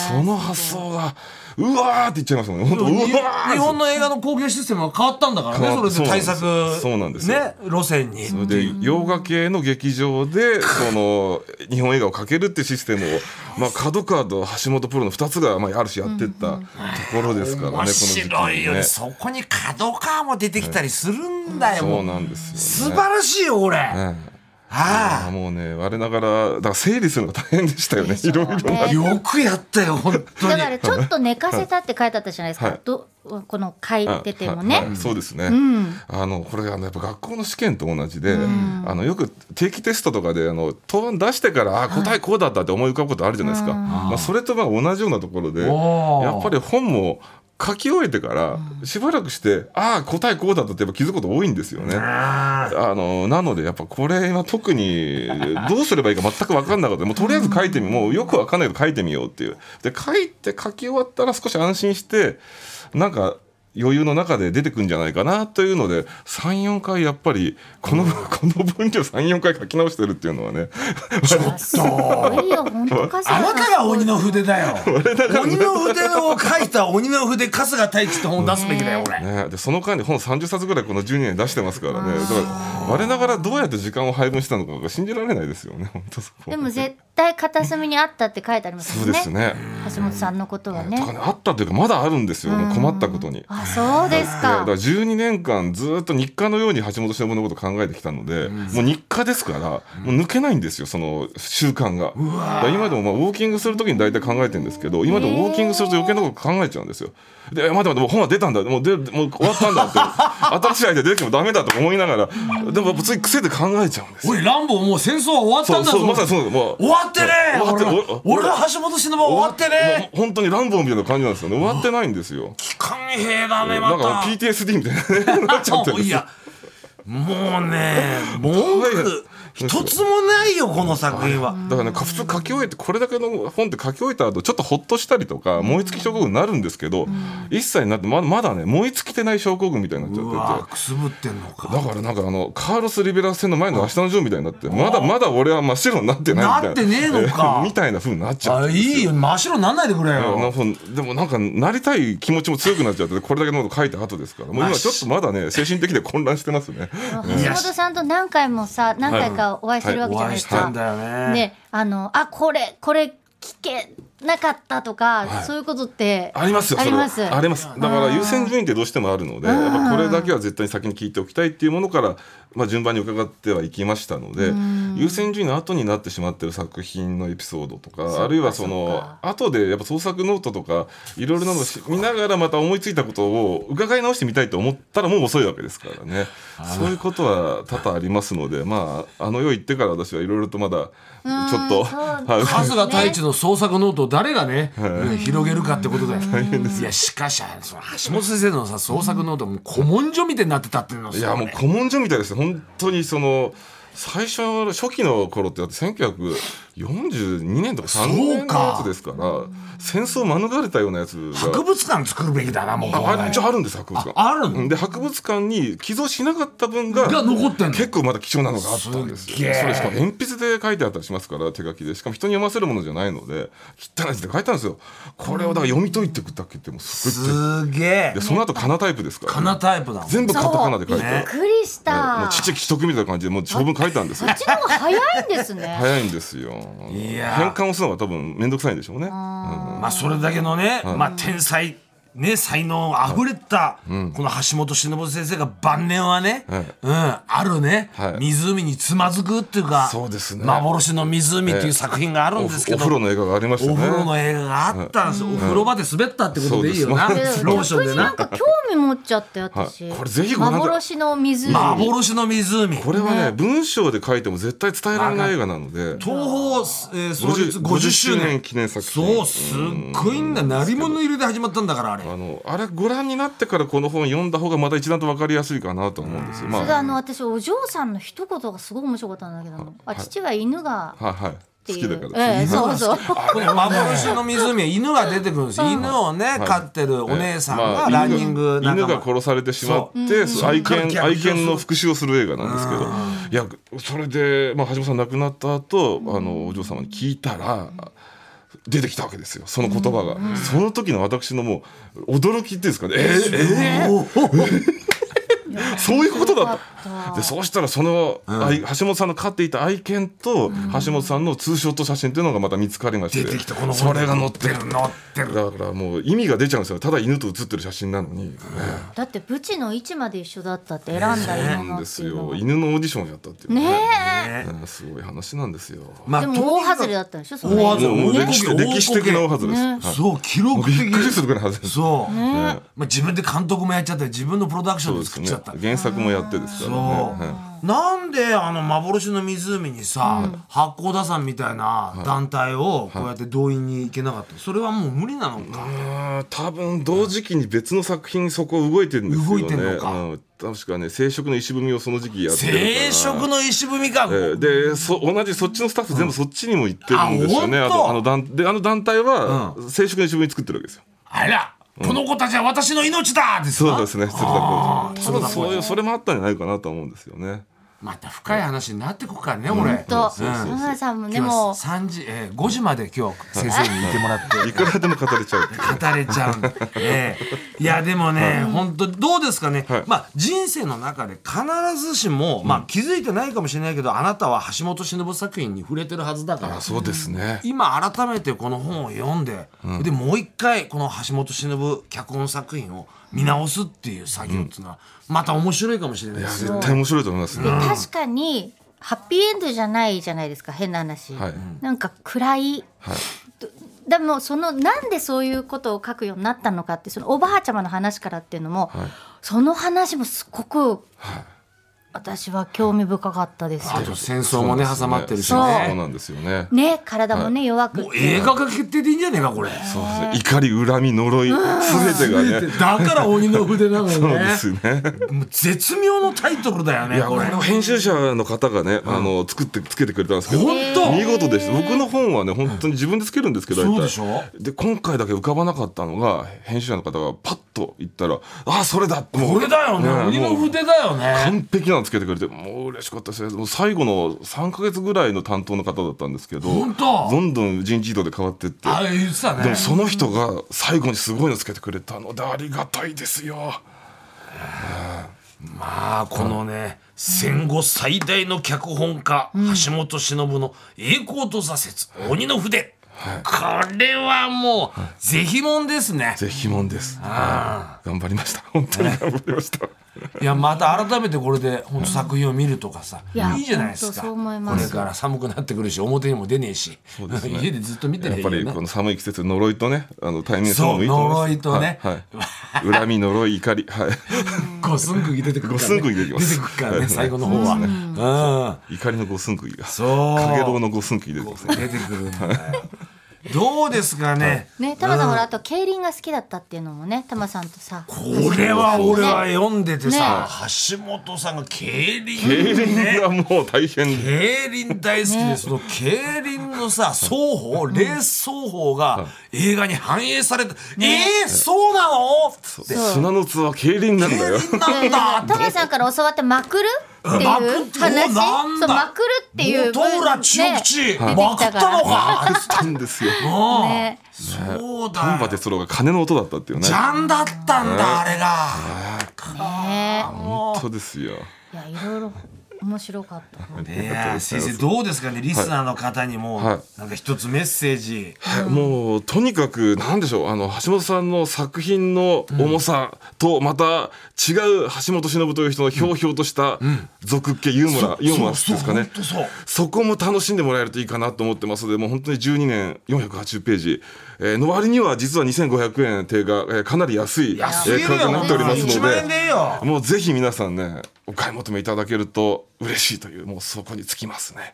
[SPEAKER 3] その発想がうわーって言っちゃいますもんね本当うわ
[SPEAKER 2] 日
[SPEAKER 3] ー
[SPEAKER 2] 日本の映画の興行システムが変わったんだからね
[SPEAKER 3] 変
[SPEAKER 2] そ
[SPEAKER 3] わっ
[SPEAKER 2] れで対策
[SPEAKER 3] そうなんですよ
[SPEAKER 2] ね路線に
[SPEAKER 3] それで洋画系の劇 場でその日本映画をかけるってシステムを、まあ、角川と橋本プロの2つが、まあ、ある種やってったところですからね、この
[SPEAKER 2] 面
[SPEAKER 3] 時期
[SPEAKER 2] 白いよね
[SPEAKER 3] ね
[SPEAKER 2] そこに角川も出てきたりするんだよ、
[SPEAKER 3] そう
[SPEAKER 2] もう
[SPEAKER 3] なんですよ
[SPEAKER 2] 素
[SPEAKER 3] ね、
[SPEAKER 2] 晴らしいよ俺、
[SPEAKER 3] え
[SPEAKER 2] あ
[SPEAKER 3] えもうね我ながらだから整理するのが大変でしたよねいろいろ
[SPEAKER 1] そうね
[SPEAKER 3] な
[SPEAKER 2] あよくやったよ本当
[SPEAKER 1] だ
[SPEAKER 2] に
[SPEAKER 1] からちょっと寝かせたって書いてあったじゃないですか、
[SPEAKER 3] はい
[SPEAKER 1] どこの書いててもね、
[SPEAKER 3] はいはいそうですね、あのこれあのやっぱ学校の試験と同じで、あのよく定期テストとかであの答案出してからあ答えこうだったって思い浮かぶことあるじゃないですか、まあ、それとまあ同じようなところでや
[SPEAKER 2] おー
[SPEAKER 3] っぱり本も書き終えてからしばらくしてああ答えこうだったってやっぱ気づくこと多いんですよね。あのなのでやっぱこれ今特にどうすればいいか全く分かんなかったもうとりあえず書いてみもうよく分かんないけど書いてみようっていうで書いて書き終わったら少し安心してなんか余裕の中で出てくるんじゃないかなというので34回やっぱりこの この分量34回書き直してるっていうのはね
[SPEAKER 2] ちょっと
[SPEAKER 1] すごいよ本当春日さ
[SPEAKER 2] あ
[SPEAKER 1] ん
[SPEAKER 2] なたが鬼の筆だ よ鬼の筆を書いた鬼の筆春日太一って本出すべきだよ俺
[SPEAKER 3] ね、でその間に本30冊ぐらいこの12年出してますからねだから我ながらどうやって時間を配分したのかが信じられないですよね本当そこ
[SPEAKER 1] でも絶対片隅にあったって書いてあります
[SPEAKER 3] そ
[SPEAKER 1] よ
[SPEAKER 3] う
[SPEAKER 1] ね
[SPEAKER 3] ですね
[SPEAKER 1] 橋本さんのことはね
[SPEAKER 3] とかねあったというかまだあるんですよもう困ったことに。
[SPEAKER 1] あそうです
[SPEAKER 3] いやだ
[SPEAKER 1] か
[SPEAKER 3] から12年間ずっと日課のように橋本忍のことを考えてきたので、もう日課ですからもう抜けないんですよその習慣がだから今でもまあウォーキングするときに大体考えてるんですけど今でもウォーキングすると余計なこと考えちゃうんですよで待って待ってもう本は出たんだもうでもう終わったんだって新しいアイデア出てきてもダメだと思いながらでもやっぱつい癖で考えちゃうんですよ
[SPEAKER 2] おいランボーもう戦争は終わった
[SPEAKER 3] そ
[SPEAKER 2] ん
[SPEAKER 3] う
[SPEAKER 2] だ
[SPEAKER 3] そうまさ
[SPEAKER 2] ぞ
[SPEAKER 3] にそうですもう
[SPEAKER 2] 終わってね
[SPEAKER 3] 終わって
[SPEAKER 2] 俺
[SPEAKER 3] お
[SPEAKER 2] の俺の橋本忍は終わって
[SPEAKER 3] も
[SPEAKER 2] ね
[SPEAKER 3] う本当に乱暴みたいな感じなんですよね終わってないんですよ
[SPEAKER 2] 機関兵だね
[SPEAKER 3] だ
[SPEAKER 2] ま
[SPEAKER 3] か
[SPEAKER 2] た
[SPEAKER 3] ら PTSD みたいなね なっちゃってるんで
[SPEAKER 2] い
[SPEAKER 3] すよ
[SPEAKER 2] やもうね文句一つもないよこの作品は
[SPEAKER 3] だからね、普通書き終えて、これだけの本って書き終えた後、ちょっとほっとしたりとか、燃え尽き症候群になるんですけど、一切なって、ままだね、燃え尽きてない症候群みたいになっち
[SPEAKER 2] う
[SPEAKER 3] ゃって
[SPEAKER 2] わ
[SPEAKER 3] て。
[SPEAKER 2] くすぶってんのか
[SPEAKER 3] だからなんかあの、カーロス・リベラ戦の前の明日のジョーみたいになって、まだまだ俺は真っ白になってないみたいな。
[SPEAKER 2] なってねえのか
[SPEAKER 3] みたいな風になっちゃう
[SPEAKER 2] あ
[SPEAKER 3] ん
[SPEAKER 2] い
[SPEAKER 3] ですよ
[SPEAKER 2] いよ真っ白になんないでくれ
[SPEAKER 3] いやな
[SPEAKER 2] よ
[SPEAKER 3] んかでもなんかなりたい気持ちも強くなっちゃってこれだけのこと書いた後ですからもう今ちょっとまだね精神的で混乱してますね
[SPEAKER 1] 橋本さんと何回もさ何回かお会いしてるわけ
[SPEAKER 2] お
[SPEAKER 1] じゃない
[SPEAKER 2] 会い
[SPEAKER 1] で
[SPEAKER 2] し
[SPEAKER 1] すか、
[SPEAKER 2] たんだよね
[SPEAKER 1] ねあのあこれこれ聞けなかったとか、そういうことって
[SPEAKER 3] ありますよ
[SPEAKER 1] あ
[SPEAKER 3] そ
[SPEAKER 1] り
[SPEAKER 3] れは
[SPEAKER 1] ます
[SPEAKER 3] ありますだから優先順位ってどうしてもあるのでやっぱこれだけは絶対に先に聞いておきたいっていうものから、まあ、順番に伺ってはいきましたので優先順位の後になってしまってる作品のエピソードとかあるいはその後でやっぱ創作ノートとかいろいろなのをし見ながらまた思いついたことを伺い直してみたいと思ったらもう遅いわけですからねそういうことは多々ありますのでまああの世行ってから私はいろいろとまだちょっと。
[SPEAKER 1] うんそう
[SPEAKER 3] はい
[SPEAKER 2] 春日太一の創作ノートを誰がね、広げるかってことだよ。いやしかしあのその橋本先生のさ創作ノートも古文書みたいになってたっていうのさ
[SPEAKER 3] いやもう古文書みたいですよ本当にその最初の初期の頃ってだって1942年とか3
[SPEAKER 2] そう
[SPEAKER 3] 年の
[SPEAKER 2] か
[SPEAKER 3] やつですから戦争を免れたようなやつ
[SPEAKER 2] 博
[SPEAKER 3] が
[SPEAKER 2] 物館作るべきだなもう
[SPEAKER 3] ああ一応あるんです博物館
[SPEAKER 2] ああるの
[SPEAKER 3] うんで博物館に寄贈しなかった分が
[SPEAKER 2] が残ってんの
[SPEAKER 3] 結構まだ貴重なのがあったんです
[SPEAKER 2] す
[SPEAKER 3] よ
[SPEAKER 2] っげえ
[SPEAKER 3] それしかも鉛筆で書いてあったりしますから手書きでしかも人に読ませるものじゃないので汚い字で書いたんですよこれをだから読み解いていくだけってもうすごい
[SPEAKER 2] すげえ
[SPEAKER 3] でその後カナタイプですから
[SPEAKER 2] かなタイプだもん
[SPEAKER 3] 全部カタカナで書いて
[SPEAKER 1] び
[SPEAKER 3] ある
[SPEAKER 1] っくりし
[SPEAKER 3] も
[SPEAKER 1] た
[SPEAKER 3] う父既得みたいな感じでもう長文書いたんですよ
[SPEAKER 1] うちのも早いんですね
[SPEAKER 3] 早いんですよ
[SPEAKER 2] いやー
[SPEAKER 3] 変換をするのが多分面倒くさいんでしょうね
[SPEAKER 2] まあそれだけのね、まあ天才ね才能あふれた、この橋本忍先生が晩年はね、
[SPEAKER 3] はい
[SPEAKER 2] うんあるね、
[SPEAKER 3] はい
[SPEAKER 2] 湖につまずくっていうか
[SPEAKER 3] そうですね
[SPEAKER 2] 幻の湖」っていう作品があるん
[SPEAKER 3] おお
[SPEAKER 2] ですけ
[SPEAKER 3] 風
[SPEAKER 2] ど、
[SPEAKER 3] 呂の映画がありました
[SPEAKER 2] お
[SPEAKER 3] ね
[SPEAKER 2] 風呂の映画があったんですよ、お風呂場で滑ったってことでいいよな、
[SPEAKER 3] そう
[SPEAKER 1] で
[SPEAKER 3] です
[SPEAKER 2] ローション
[SPEAKER 1] 逆
[SPEAKER 2] で
[SPEAKER 1] になん
[SPEAKER 2] な。
[SPEAKER 1] か興味持っちゃって私、
[SPEAKER 3] はいこれぜひご覧くだ
[SPEAKER 1] 幻の湖
[SPEAKER 2] 幻の湖
[SPEAKER 3] これはね、文章で書いても絶対伝えられない映画なので
[SPEAKER 2] 東宝、えー、創立
[SPEAKER 3] 50
[SPEAKER 2] 50周
[SPEAKER 3] 50周
[SPEAKER 2] 年
[SPEAKER 3] 年記念作品
[SPEAKER 2] そうすっごいんだ鳴り物入れで始まったんだからあれ
[SPEAKER 3] あのあれご覧になってからこの本読んだ方がまた一段と分かりやすいかなと思うんですよ。ま
[SPEAKER 1] それであ
[SPEAKER 3] あ
[SPEAKER 1] の私お嬢さんの一言がすごい面白かったんだけど、あ父は犬がっ
[SPEAKER 3] はいはい、
[SPEAKER 1] て
[SPEAKER 3] 好
[SPEAKER 1] い
[SPEAKER 3] きだか
[SPEAKER 1] う
[SPEAKER 3] ら、
[SPEAKER 1] ええそうそう
[SPEAKER 2] この幻の湖は犬が出てくるんです犬をね
[SPEAKER 3] い
[SPEAKER 2] 飼ってるお姉さん
[SPEAKER 3] ま
[SPEAKER 2] が
[SPEAKER 3] あ
[SPEAKER 2] ランニング
[SPEAKER 3] 犬
[SPEAKER 2] 仲
[SPEAKER 3] が
[SPEAKER 2] 間
[SPEAKER 3] 殺されてしまっ
[SPEAKER 2] そ
[SPEAKER 3] て
[SPEAKER 2] う
[SPEAKER 3] そう
[SPEAKER 2] う
[SPEAKER 3] 愛
[SPEAKER 2] ん
[SPEAKER 3] 犬
[SPEAKER 2] 逆
[SPEAKER 3] 愛
[SPEAKER 2] 逆
[SPEAKER 3] 犬の復讐をする映画なんですけどいやそれで、まあ、橋本さん亡くなった後あのお嬢様に聞いたら。出てきたわけですよその言葉が、その時の私のもう驚きっていうんですかねえーえー
[SPEAKER 2] おー
[SPEAKER 3] そういうことだ
[SPEAKER 1] 面白かっ
[SPEAKER 3] と
[SPEAKER 1] た
[SPEAKER 3] でそうしたらその、愛橋本さんの飼っていた愛犬と橋本さんのツーショット写真というのがまた見つかりまして
[SPEAKER 2] 出てきたこの
[SPEAKER 3] それが載ってる
[SPEAKER 2] 乗ってる
[SPEAKER 3] だからもう意味が出ちゃうんですよただ犬と写ってる写真なのに、ね
[SPEAKER 1] だってブチの位置まで一緒だったって選んだ
[SPEAKER 3] な
[SPEAKER 1] 犬
[SPEAKER 3] ん
[SPEAKER 1] の
[SPEAKER 3] で
[SPEAKER 1] って
[SPEAKER 3] す
[SPEAKER 1] いうの
[SPEAKER 3] よ
[SPEAKER 1] が
[SPEAKER 3] 犬のオーディションをやったっていう
[SPEAKER 1] ね
[SPEAKER 2] ね
[SPEAKER 3] うんすごい話なんですよ。
[SPEAKER 2] ま
[SPEAKER 1] えでも大外れだ
[SPEAKER 2] っ
[SPEAKER 1] ったんでしょそ
[SPEAKER 2] 大
[SPEAKER 1] れ
[SPEAKER 2] 外れ
[SPEAKER 3] もうもう
[SPEAKER 2] ね
[SPEAKER 3] 歴史歴史的なおはずです。
[SPEAKER 1] ね
[SPEAKER 3] はい
[SPEAKER 2] そう記
[SPEAKER 3] もう
[SPEAKER 2] 録
[SPEAKER 3] びっ
[SPEAKER 2] 的
[SPEAKER 3] くりするぐらいはずです。
[SPEAKER 2] そう、
[SPEAKER 3] ね
[SPEAKER 2] まあ、自分で監督もやっちゃって自分のプロダクショ
[SPEAKER 3] そ
[SPEAKER 2] ン
[SPEAKER 3] う
[SPEAKER 2] で
[SPEAKER 3] です
[SPEAKER 2] 作っ
[SPEAKER 3] ね
[SPEAKER 2] ちゃった。
[SPEAKER 3] 原作もやってです
[SPEAKER 2] そ
[SPEAKER 3] からね。
[SPEAKER 2] う
[SPEAKER 3] は
[SPEAKER 2] なんであの幻の湖にさ、八甲田山みたいな団体をこうやって動員に行けなかった、それはもう無理なのか、
[SPEAKER 3] いうん多分同時期に別の作品そこ動いてるんですよね。
[SPEAKER 2] 動いてんのか
[SPEAKER 3] うん確かね生殖の石踏みをその時期やってるから。
[SPEAKER 2] 生殖の石踏みか、
[SPEAKER 3] えーでそ同じそっちのスタッフ全部そっちにも行ってるんですよね、
[SPEAKER 2] あ
[SPEAKER 3] あ
[SPEAKER 2] 本当
[SPEAKER 3] とあの団であの団体は
[SPEAKER 2] う
[SPEAKER 3] 生殖の石踏み作ってるわけですよ。
[SPEAKER 2] あら、この子たちは私の命だです
[SPEAKER 3] そう
[SPEAKER 2] か
[SPEAKER 3] ですね鶴田浩
[SPEAKER 2] ー
[SPEAKER 3] 二多分そういうそれもあったんじゃないかなと思うんですよね。
[SPEAKER 2] また深い話になってくからね、俺
[SPEAKER 1] と
[SPEAKER 3] そうそうそう
[SPEAKER 1] 野村さんもで
[SPEAKER 2] 今日は
[SPEAKER 1] も
[SPEAKER 2] 3時、えー、5時まで今日先生にいてもらって
[SPEAKER 3] いくらでも語れちゃうっていう。
[SPEAKER 2] 語れちゃうんだ、ええいやでもね、本当どうですかね、
[SPEAKER 3] はい
[SPEAKER 2] まあ人生の中で必ずしも、まあ気づいてないかもしれないけどあなたは橋本忍作品に触れてるはずだから
[SPEAKER 3] あそうですね。
[SPEAKER 2] 今改めてこの本を読んで、でもう一回この橋本忍脚本作品を見直すっていう作業っていうのは、また面白いかもしれない
[SPEAKER 3] いや
[SPEAKER 2] です
[SPEAKER 3] 絶対面白いと思いますね。
[SPEAKER 1] で
[SPEAKER 3] は
[SPEAKER 1] 確かにハッピーエンドじゃないじゃないですか変な話、
[SPEAKER 3] はい
[SPEAKER 1] なんか暗い
[SPEAKER 3] い。
[SPEAKER 1] でもそのなんでそういうことを書くようになったのかってそのおばあちゃまの話からっていうのも、
[SPEAKER 3] はい
[SPEAKER 1] その話もすごく私は興味深かったです
[SPEAKER 2] あと戦争もね挟まってるし
[SPEAKER 3] そうそう
[SPEAKER 2] ね
[SPEAKER 3] なんですよね。
[SPEAKER 1] ね体もね、弱く
[SPEAKER 2] もう映画が決定でいいんじゃねえかこれ、
[SPEAKER 3] そうですね。怒り、恨み、呪い、すべてがね。
[SPEAKER 2] だから鬼の筆なのね
[SPEAKER 3] そうですね。
[SPEAKER 2] もう絶妙のタイトルだよ
[SPEAKER 3] い
[SPEAKER 2] ね
[SPEAKER 3] や
[SPEAKER 2] こ
[SPEAKER 3] こ
[SPEAKER 2] れ
[SPEAKER 3] れを編集者の方がね、あの作ってつけてくれたんですけど。
[SPEAKER 2] 本当
[SPEAKER 3] 見事です。僕の本はね本当に自分でつけるんですけど。大体
[SPEAKER 2] そうでしょ
[SPEAKER 3] で今回だけ浮かばなかったのが編集者の方がパッと言ったらあそれだってもう
[SPEAKER 2] これだよね
[SPEAKER 3] ね
[SPEAKER 2] 鬼の
[SPEAKER 3] もう
[SPEAKER 2] 筆だよね
[SPEAKER 3] 完璧なのつけてくれてもう嬉しかったですもう最後の3か月ぐらいの担当の方だったんですけど
[SPEAKER 2] 本当
[SPEAKER 3] どんどん人事異動で変わってって
[SPEAKER 2] あ言ってた
[SPEAKER 3] でも
[SPEAKER 2] ね
[SPEAKER 3] その人が最後にすごいのつけてくれたのでありがたいですよ
[SPEAKER 2] まあこのね戦後最大の脚本家橋本忍の栄光と挫折鬼の筆これはもう是非もんですね
[SPEAKER 3] ぜひもんですはい頑張りました 本当に頑張りました
[SPEAKER 2] いやまた改めてこれで本当作品を見るとかさ
[SPEAKER 1] いや
[SPEAKER 2] いいじゃないですか
[SPEAKER 1] 本当そう思い
[SPEAKER 2] こ
[SPEAKER 1] ま
[SPEAKER 2] れ
[SPEAKER 1] す
[SPEAKER 2] から寒くなってくるし表にも出ねえし
[SPEAKER 3] そうですね
[SPEAKER 2] 家でずっと見て
[SPEAKER 3] やっ
[SPEAKER 2] ね
[SPEAKER 3] ぱりこの寒い季節呪いとねあの対面するの
[SPEAKER 2] そ
[SPEAKER 3] も
[SPEAKER 2] う
[SPEAKER 3] いいと思
[SPEAKER 2] 呪
[SPEAKER 3] い
[SPEAKER 2] い
[SPEAKER 3] ます
[SPEAKER 2] とね
[SPEAKER 3] はいはい恨み呪い怒り はい
[SPEAKER 2] 五寸釘出てくるからね
[SPEAKER 3] 五寸釘出てきます
[SPEAKER 2] 出てくるからね最後の方はうん
[SPEAKER 3] 怒りの五寸釘が
[SPEAKER 2] そう
[SPEAKER 3] 影楼の五寸釘出てます ね
[SPEAKER 2] 出てくるんだよ。どうですかね。
[SPEAKER 1] ね玉さんほらあと競輪が好きだったっていうのもね玉さんとさ
[SPEAKER 2] これは俺は読んでてさ、
[SPEAKER 1] ね
[SPEAKER 2] 橋本さんが競
[SPEAKER 3] 競
[SPEAKER 2] 輪
[SPEAKER 3] 輪
[SPEAKER 2] ね。
[SPEAKER 3] がもう大変で
[SPEAKER 2] 競輪大好きで、その競輪のさ、双方、レース双方が映画に反映された。えー、そうなのって。
[SPEAKER 3] 砂の器は競輪なんだよ
[SPEAKER 2] 競輪なんだっ
[SPEAKER 1] 玉
[SPEAKER 2] て。
[SPEAKER 1] さんから教わってまくるっていう
[SPEAKER 2] まくって
[SPEAKER 1] 話
[SPEAKER 2] おなんだ
[SPEAKER 1] そうまくるっていう
[SPEAKER 2] 本村中
[SPEAKER 1] ね
[SPEAKER 2] 吉、
[SPEAKER 1] 出て
[SPEAKER 2] ま
[SPEAKER 1] き
[SPEAKER 2] くったた
[SPEAKER 1] から
[SPEAKER 2] のか。
[SPEAKER 3] したんで すよ
[SPEAKER 1] ね
[SPEAKER 2] そうだ
[SPEAKER 3] 丹波
[SPEAKER 2] よ。
[SPEAKER 3] 哲郎が鐘の音だったっていうね
[SPEAKER 2] ジャンだったんだ、あれが。
[SPEAKER 1] ね
[SPEAKER 3] 本当ですよ
[SPEAKER 1] いやいろいろ面白かった
[SPEAKER 2] いやー先生どうですかねリスナーの方にも、
[SPEAKER 3] はい
[SPEAKER 2] なんか一つメッセージ、
[SPEAKER 3] もうとにかくなんでしょうあの橋本さんの作品の重さとまた違う橋本忍という人のひょうひょうとした俗っ気ユーモラユーモラスですかね
[SPEAKER 2] そうそう本当そう
[SPEAKER 3] そこも楽しんでもらえるといいかなと思ってますのでもう本当に12年480ページ、えーの割には実は2500円定価、えーかなり安い
[SPEAKER 2] 安い
[SPEAKER 3] えー
[SPEAKER 2] よ
[SPEAKER 3] 価格になっておりますので
[SPEAKER 2] 1万円でいいよ
[SPEAKER 3] もうぜひ皆さんねお買い求めいただけると嬉しいというもうそこにつきますね。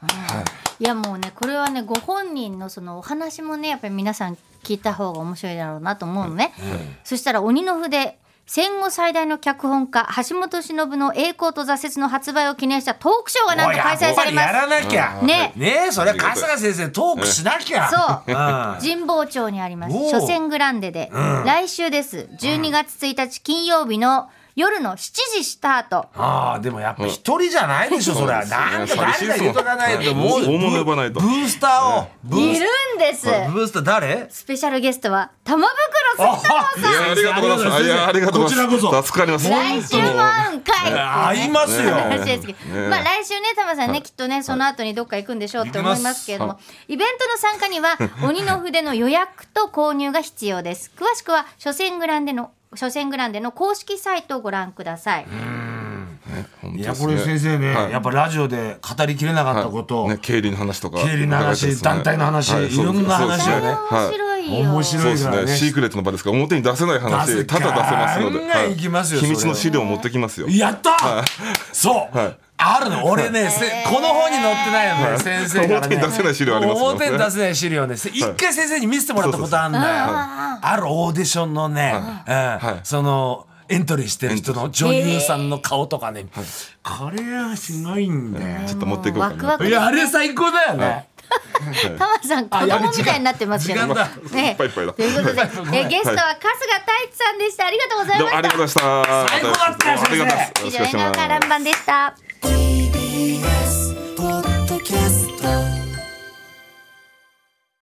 [SPEAKER 1] いやもうねこれはねご本人のそのお話もねやっぱり皆さん聞いた方が面白いだろうなと思うのね、そしたら鬼の筆戦後最大の脚本家橋本忍の栄光と挫折の発売を記念したトークショーがなんと開催されま
[SPEAKER 2] おいやっぱりやらなきゃ
[SPEAKER 1] うんね
[SPEAKER 2] ねそれは春日先生トークしなきゃ
[SPEAKER 1] そう
[SPEAKER 2] うん
[SPEAKER 1] す神保町にあります
[SPEAKER 2] おー
[SPEAKER 1] 初戦グランデで、来週です12月1日金曜日の夜の7時スタート
[SPEAKER 2] ああでもやっぱ一人じゃないでしょ、それは
[SPEAKER 3] そうですね
[SPEAKER 2] なんか誰か言うとかないと
[SPEAKER 3] 寂しいですもん大物呼ばないと
[SPEAKER 2] ブースターをブー
[SPEAKER 1] い
[SPEAKER 2] ス
[SPEAKER 1] るんです
[SPEAKER 2] ブースター誰
[SPEAKER 1] スペシャルゲストは玉袋さん
[SPEAKER 3] いやありがとうございます。いやありがとうございます。
[SPEAKER 2] こちらこそ
[SPEAKER 3] 助かります。
[SPEAKER 1] 来週も会うんかいっていうね
[SPEAKER 2] ありますよ
[SPEAKER 1] 話ですけど
[SPEAKER 3] ね
[SPEAKER 1] まあ来週ね玉さん
[SPEAKER 3] は
[SPEAKER 1] ね
[SPEAKER 3] い
[SPEAKER 1] きっとねその後にどっか行くんでしょうって
[SPEAKER 2] 行き
[SPEAKER 1] 思
[SPEAKER 2] ます
[SPEAKER 1] いますけれどもイベントの参加には鬼の筆の予約と購入が必要です詳しくは初戦グランデの初戦グランデの公式サイトをご覧ください
[SPEAKER 3] 本
[SPEAKER 2] い
[SPEAKER 3] 当で
[SPEAKER 2] や
[SPEAKER 3] す
[SPEAKER 2] こ
[SPEAKER 3] ね
[SPEAKER 2] れ先生ね、
[SPEAKER 3] はい
[SPEAKER 2] やっぱラジオで語りきれなかったこと、
[SPEAKER 3] ね経理の話とか
[SPEAKER 2] 経理の話
[SPEAKER 3] 伺えたりですね
[SPEAKER 2] 団体の話
[SPEAKER 3] はい
[SPEAKER 2] ろんな話
[SPEAKER 1] そ
[SPEAKER 2] そ
[SPEAKER 1] れ
[SPEAKER 2] う
[SPEAKER 1] は
[SPEAKER 2] を
[SPEAKER 1] 面
[SPEAKER 2] ね
[SPEAKER 1] 白いよ
[SPEAKER 2] 面白い
[SPEAKER 3] そうです
[SPEAKER 2] だから
[SPEAKER 3] ね
[SPEAKER 2] ね
[SPEAKER 3] シークレットの場ですから表に出せない
[SPEAKER 2] 出せ
[SPEAKER 3] 話ただ出せますので
[SPEAKER 2] ガンガン行きますよ
[SPEAKER 3] はい
[SPEAKER 2] それ
[SPEAKER 3] 秘密の資料を持ってきますよ
[SPEAKER 2] やった、そう、
[SPEAKER 3] はい
[SPEAKER 2] あるの俺ね、せこの本に載ってないのね、先生 から、ね、
[SPEAKER 3] 表に出せない資料ありますもんね
[SPEAKER 2] 表に出せない資料ねせ一回先生に見せてもらったことあるんだよ、あるオーディションのね、うん
[SPEAKER 3] はい
[SPEAKER 2] そのエントリーしてる人の女優さんの顔とかね、これはすごいんだよ、
[SPEAKER 3] ちょっと持っていこうか
[SPEAKER 1] ワクワ
[SPEAKER 3] な
[SPEAKER 1] ク
[SPEAKER 2] いやあれ最高だよね、
[SPEAKER 1] タマさん子
[SPEAKER 2] あやべ
[SPEAKER 1] 供みたいになってますけど
[SPEAKER 2] 時間だ
[SPEAKER 1] ね
[SPEAKER 3] いっぱいいっぱいだ
[SPEAKER 1] ということでえゲストは春日太一さんでしたありがとうござい
[SPEAKER 3] どう
[SPEAKER 1] ま
[SPEAKER 3] もあ
[SPEAKER 1] し
[SPEAKER 3] りが
[SPEAKER 1] た
[SPEAKER 3] とう
[SPEAKER 2] 最高
[SPEAKER 3] ございました
[SPEAKER 2] だったよ先生
[SPEAKER 3] ありがとうございます
[SPEAKER 1] 以
[SPEAKER 3] よ
[SPEAKER 1] 上
[SPEAKER 3] ろしくお願いし
[SPEAKER 1] 江
[SPEAKER 3] ま
[SPEAKER 1] 川
[SPEAKER 3] す
[SPEAKER 1] ランバンでした
[SPEAKER 4] TBS